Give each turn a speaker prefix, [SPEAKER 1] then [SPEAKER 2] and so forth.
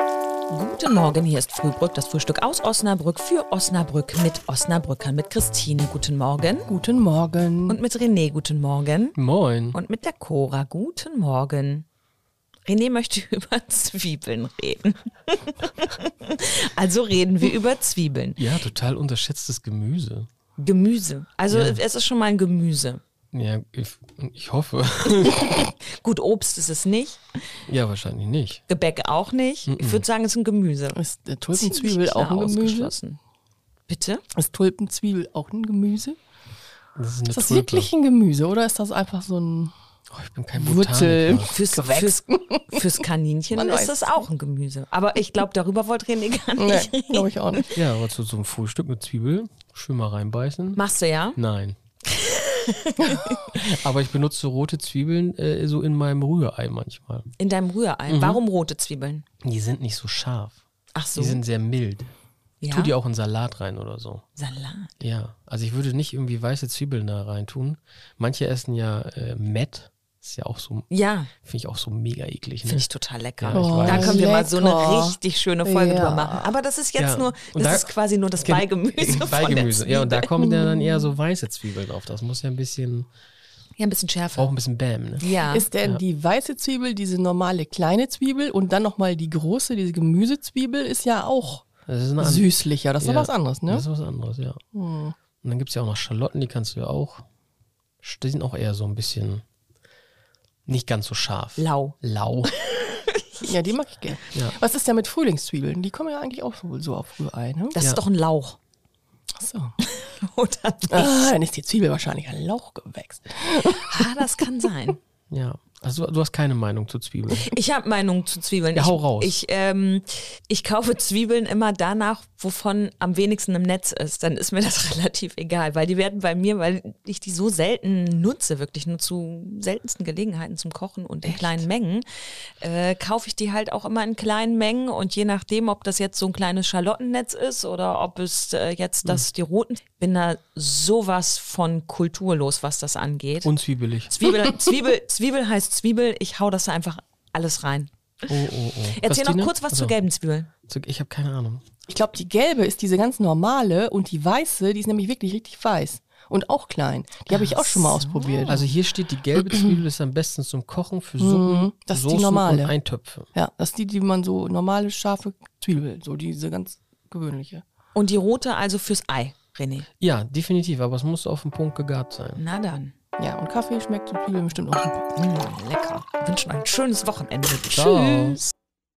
[SPEAKER 1] Guten Morgen, hier ist Frühbrück, das Frühstück aus Osnabrück für Osnabrück mit Osnabrückern, mit Christine. Guten Morgen.
[SPEAKER 2] Guten Morgen.
[SPEAKER 1] Und mit René, guten Morgen.
[SPEAKER 3] Moin.
[SPEAKER 1] Und mit der Cora, guten Morgen. René möchte über Zwiebeln reden. also reden wir über Zwiebeln.
[SPEAKER 3] Ja, total unterschätztes Gemüse.
[SPEAKER 1] Gemüse. Also es ist schon mal ein Gemüse.
[SPEAKER 3] Ja, ich, ich hoffe.
[SPEAKER 1] Gut, Obst ist es nicht,
[SPEAKER 3] ja, wahrscheinlich nicht.
[SPEAKER 1] Gebäck auch nicht. Ich würde sagen, es ist ein Gemüse.
[SPEAKER 2] Ist der
[SPEAKER 1] Ziemlich
[SPEAKER 2] Tulpenzwiebel
[SPEAKER 1] klar
[SPEAKER 2] auch ein Gemüse?
[SPEAKER 1] ausgeschlossen. Bitte?
[SPEAKER 2] Ist Tulpenzwiebel auch ein Gemüse?
[SPEAKER 3] Das ist eine
[SPEAKER 2] Ist das
[SPEAKER 3] Tulpe.
[SPEAKER 2] wirklich ein Gemüse oder ist das einfach so ein
[SPEAKER 3] Oh, ich bin kein
[SPEAKER 2] Wurzel?
[SPEAKER 3] Botaniker.
[SPEAKER 1] Fürs,
[SPEAKER 2] Gewächs?
[SPEAKER 1] fürs, fürs Kaninchen
[SPEAKER 2] Man
[SPEAKER 1] ist das auch ein Gemüse. Aber ich glaube, darüber wollte René gar nicht.
[SPEAKER 2] Nee, glaube ich auch nicht.
[SPEAKER 3] Ja, aber zu so einem Frühstück mit Zwiebel schön mal reinbeißen.
[SPEAKER 1] Machst du ja?
[SPEAKER 3] Nein. aber ich benutze rote Zwiebeln äh, so in meinem Rührei manchmal.
[SPEAKER 1] In deinem Rührei.
[SPEAKER 3] Mhm.
[SPEAKER 1] Warum rote Zwiebeln?
[SPEAKER 3] Die sind nicht so scharf.
[SPEAKER 1] Ach so.
[SPEAKER 3] Die sind sehr mild. Ich
[SPEAKER 1] ja?
[SPEAKER 3] tue die auch in Salat rein oder so.
[SPEAKER 1] Salat.
[SPEAKER 3] Ja, also ich würde nicht irgendwie weiße Zwiebeln da reintun. Manche essen ja äh, Mett. Ist ja auch so,
[SPEAKER 1] Ja,
[SPEAKER 3] finde ich auch so mega eklig. Ne?
[SPEAKER 1] finde ich total lecker.
[SPEAKER 3] Ja, ich weiß.
[SPEAKER 1] da können wir mal so eine
[SPEAKER 2] Lecker.
[SPEAKER 1] richtig schöne Folge
[SPEAKER 2] Ja.
[SPEAKER 1] drüber machen. Aber das ist jetzt
[SPEAKER 3] Ja.
[SPEAKER 1] nur, das
[SPEAKER 3] Und da-
[SPEAKER 1] ist quasi nur das
[SPEAKER 3] Gen-
[SPEAKER 1] Beigemüse. von
[SPEAKER 3] Beigemüse.
[SPEAKER 1] Der
[SPEAKER 3] Ja, und da
[SPEAKER 1] Zwiebel.
[SPEAKER 3] kommen ja dann eher so weiße Zwiebeln drauf. Das muss ja ein bisschen,
[SPEAKER 1] ja, ein bisschen schärfer.
[SPEAKER 3] braucht ein bisschen Bam, ne?
[SPEAKER 1] Ja.
[SPEAKER 2] Ist denn die weiße Zwiebel, diese normale kleine Zwiebel und dann nochmal die große, diese Gemüsezwiebel, ist ja auch
[SPEAKER 3] Das ist eine andere-
[SPEAKER 2] süßlicher. Das ist
[SPEAKER 3] ja,
[SPEAKER 2] aber was anderes,
[SPEAKER 3] Das
[SPEAKER 2] ne? Hm.
[SPEAKER 3] ist was anderes, ja. Und dann gibt es ja auch noch Schalotten, die kannst du ja auch. Die sind auch eher so ein bisschen nicht ganz so scharf.
[SPEAKER 1] Lau.
[SPEAKER 3] Lau.
[SPEAKER 2] Ja, die mag ich gerne.
[SPEAKER 3] Ja.
[SPEAKER 2] Was ist denn mit Frühlingszwiebeln? Die kommen ja eigentlich auch so, so auf Rührei, ne?
[SPEAKER 1] das
[SPEAKER 3] Ja.
[SPEAKER 1] ist doch ein Lauch.
[SPEAKER 2] Achso.
[SPEAKER 1] Oder nicht?
[SPEAKER 2] Ah, dann ist die Zwiebel wahrscheinlich ein Lauchgewächs.
[SPEAKER 1] Ah, das kann sein.
[SPEAKER 3] Ja. Also du hast keine Meinung zu Zwiebeln.
[SPEAKER 1] Ich habe Meinung zu Zwiebeln.
[SPEAKER 3] Ja,
[SPEAKER 1] ich,
[SPEAKER 3] hau raus.
[SPEAKER 1] Ich, ähm, ich kaufe Zwiebeln immer danach, wovon am wenigsten im Netz ist. Dann ist mir das relativ egal, weil die werden bei mir, weil ich die so selten nutze, wirklich nur zu seltensten Gelegenheiten zum Kochen und in kleinen Mengen, äh, kaufe ich die halt auch immer in kleinen Mengen und je nachdem, ob das jetzt so ein kleines Schalottennetz ist oder ob es äh,
[SPEAKER 3] Hm.
[SPEAKER 1] jetzt das die roten, bin da sowas von kulturlos, was das angeht.
[SPEAKER 3] Unzwiebelig.
[SPEAKER 1] Zwiebel, Zwiebel, Zwiebel heißt Zwiebel. Ich hau das da einfach alles rein.
[SPEAKER 3] Oh, oh, oh.
[SPEAKER 1] Erzähl
[SPEAKER 3] Christine?
[SPEAKER 1] noch kurz was
[SPEAKER 3] Also,
[SPEAKER 1] zur gelben Zwiebel.
[SPEAKER 3] zu- Ich habe keine Ahnung.
[SPEAKER 2] Ich glaube, die gelbe ist diese ganz normale und die weiße, die ist nämlich wirklich richtig weiß und auch klein. Die habe ich auch schon mal ausprobiert.
[SPEAKER 3] Also hier steht, die gelbe Zwiebel ist am besten zum Kochen für Suppen,
[SPEAKER 2] Hm, das ist die
[SPEAKER 3] Soßen und
[SPEAKER 2] normale.
[SPEAKER 3] Eintöpfe.
[SPEAKER 2] ja, das ist die, die man so normale, scharfe Zwiebel, so diese ganz gewöhnliche.
[SPEAKER 1] Und die rote also fürs Ei, René.
[SPEAKER 3] Ja, definitiv, aber es muss auf den Punkt gegart sein.
[SPEAKER 1] Na dann.
[SPEAKER 2] Ja, und Kaffee schmeckt zu Zwiebeln bestimmt auch super.
[SPEAKER 1] Mm, lecker. Wünschen ein schönes Wochenende.
[SPEAKER 3] Hm, Ciao.
[SPEAKER 1] Tschüss.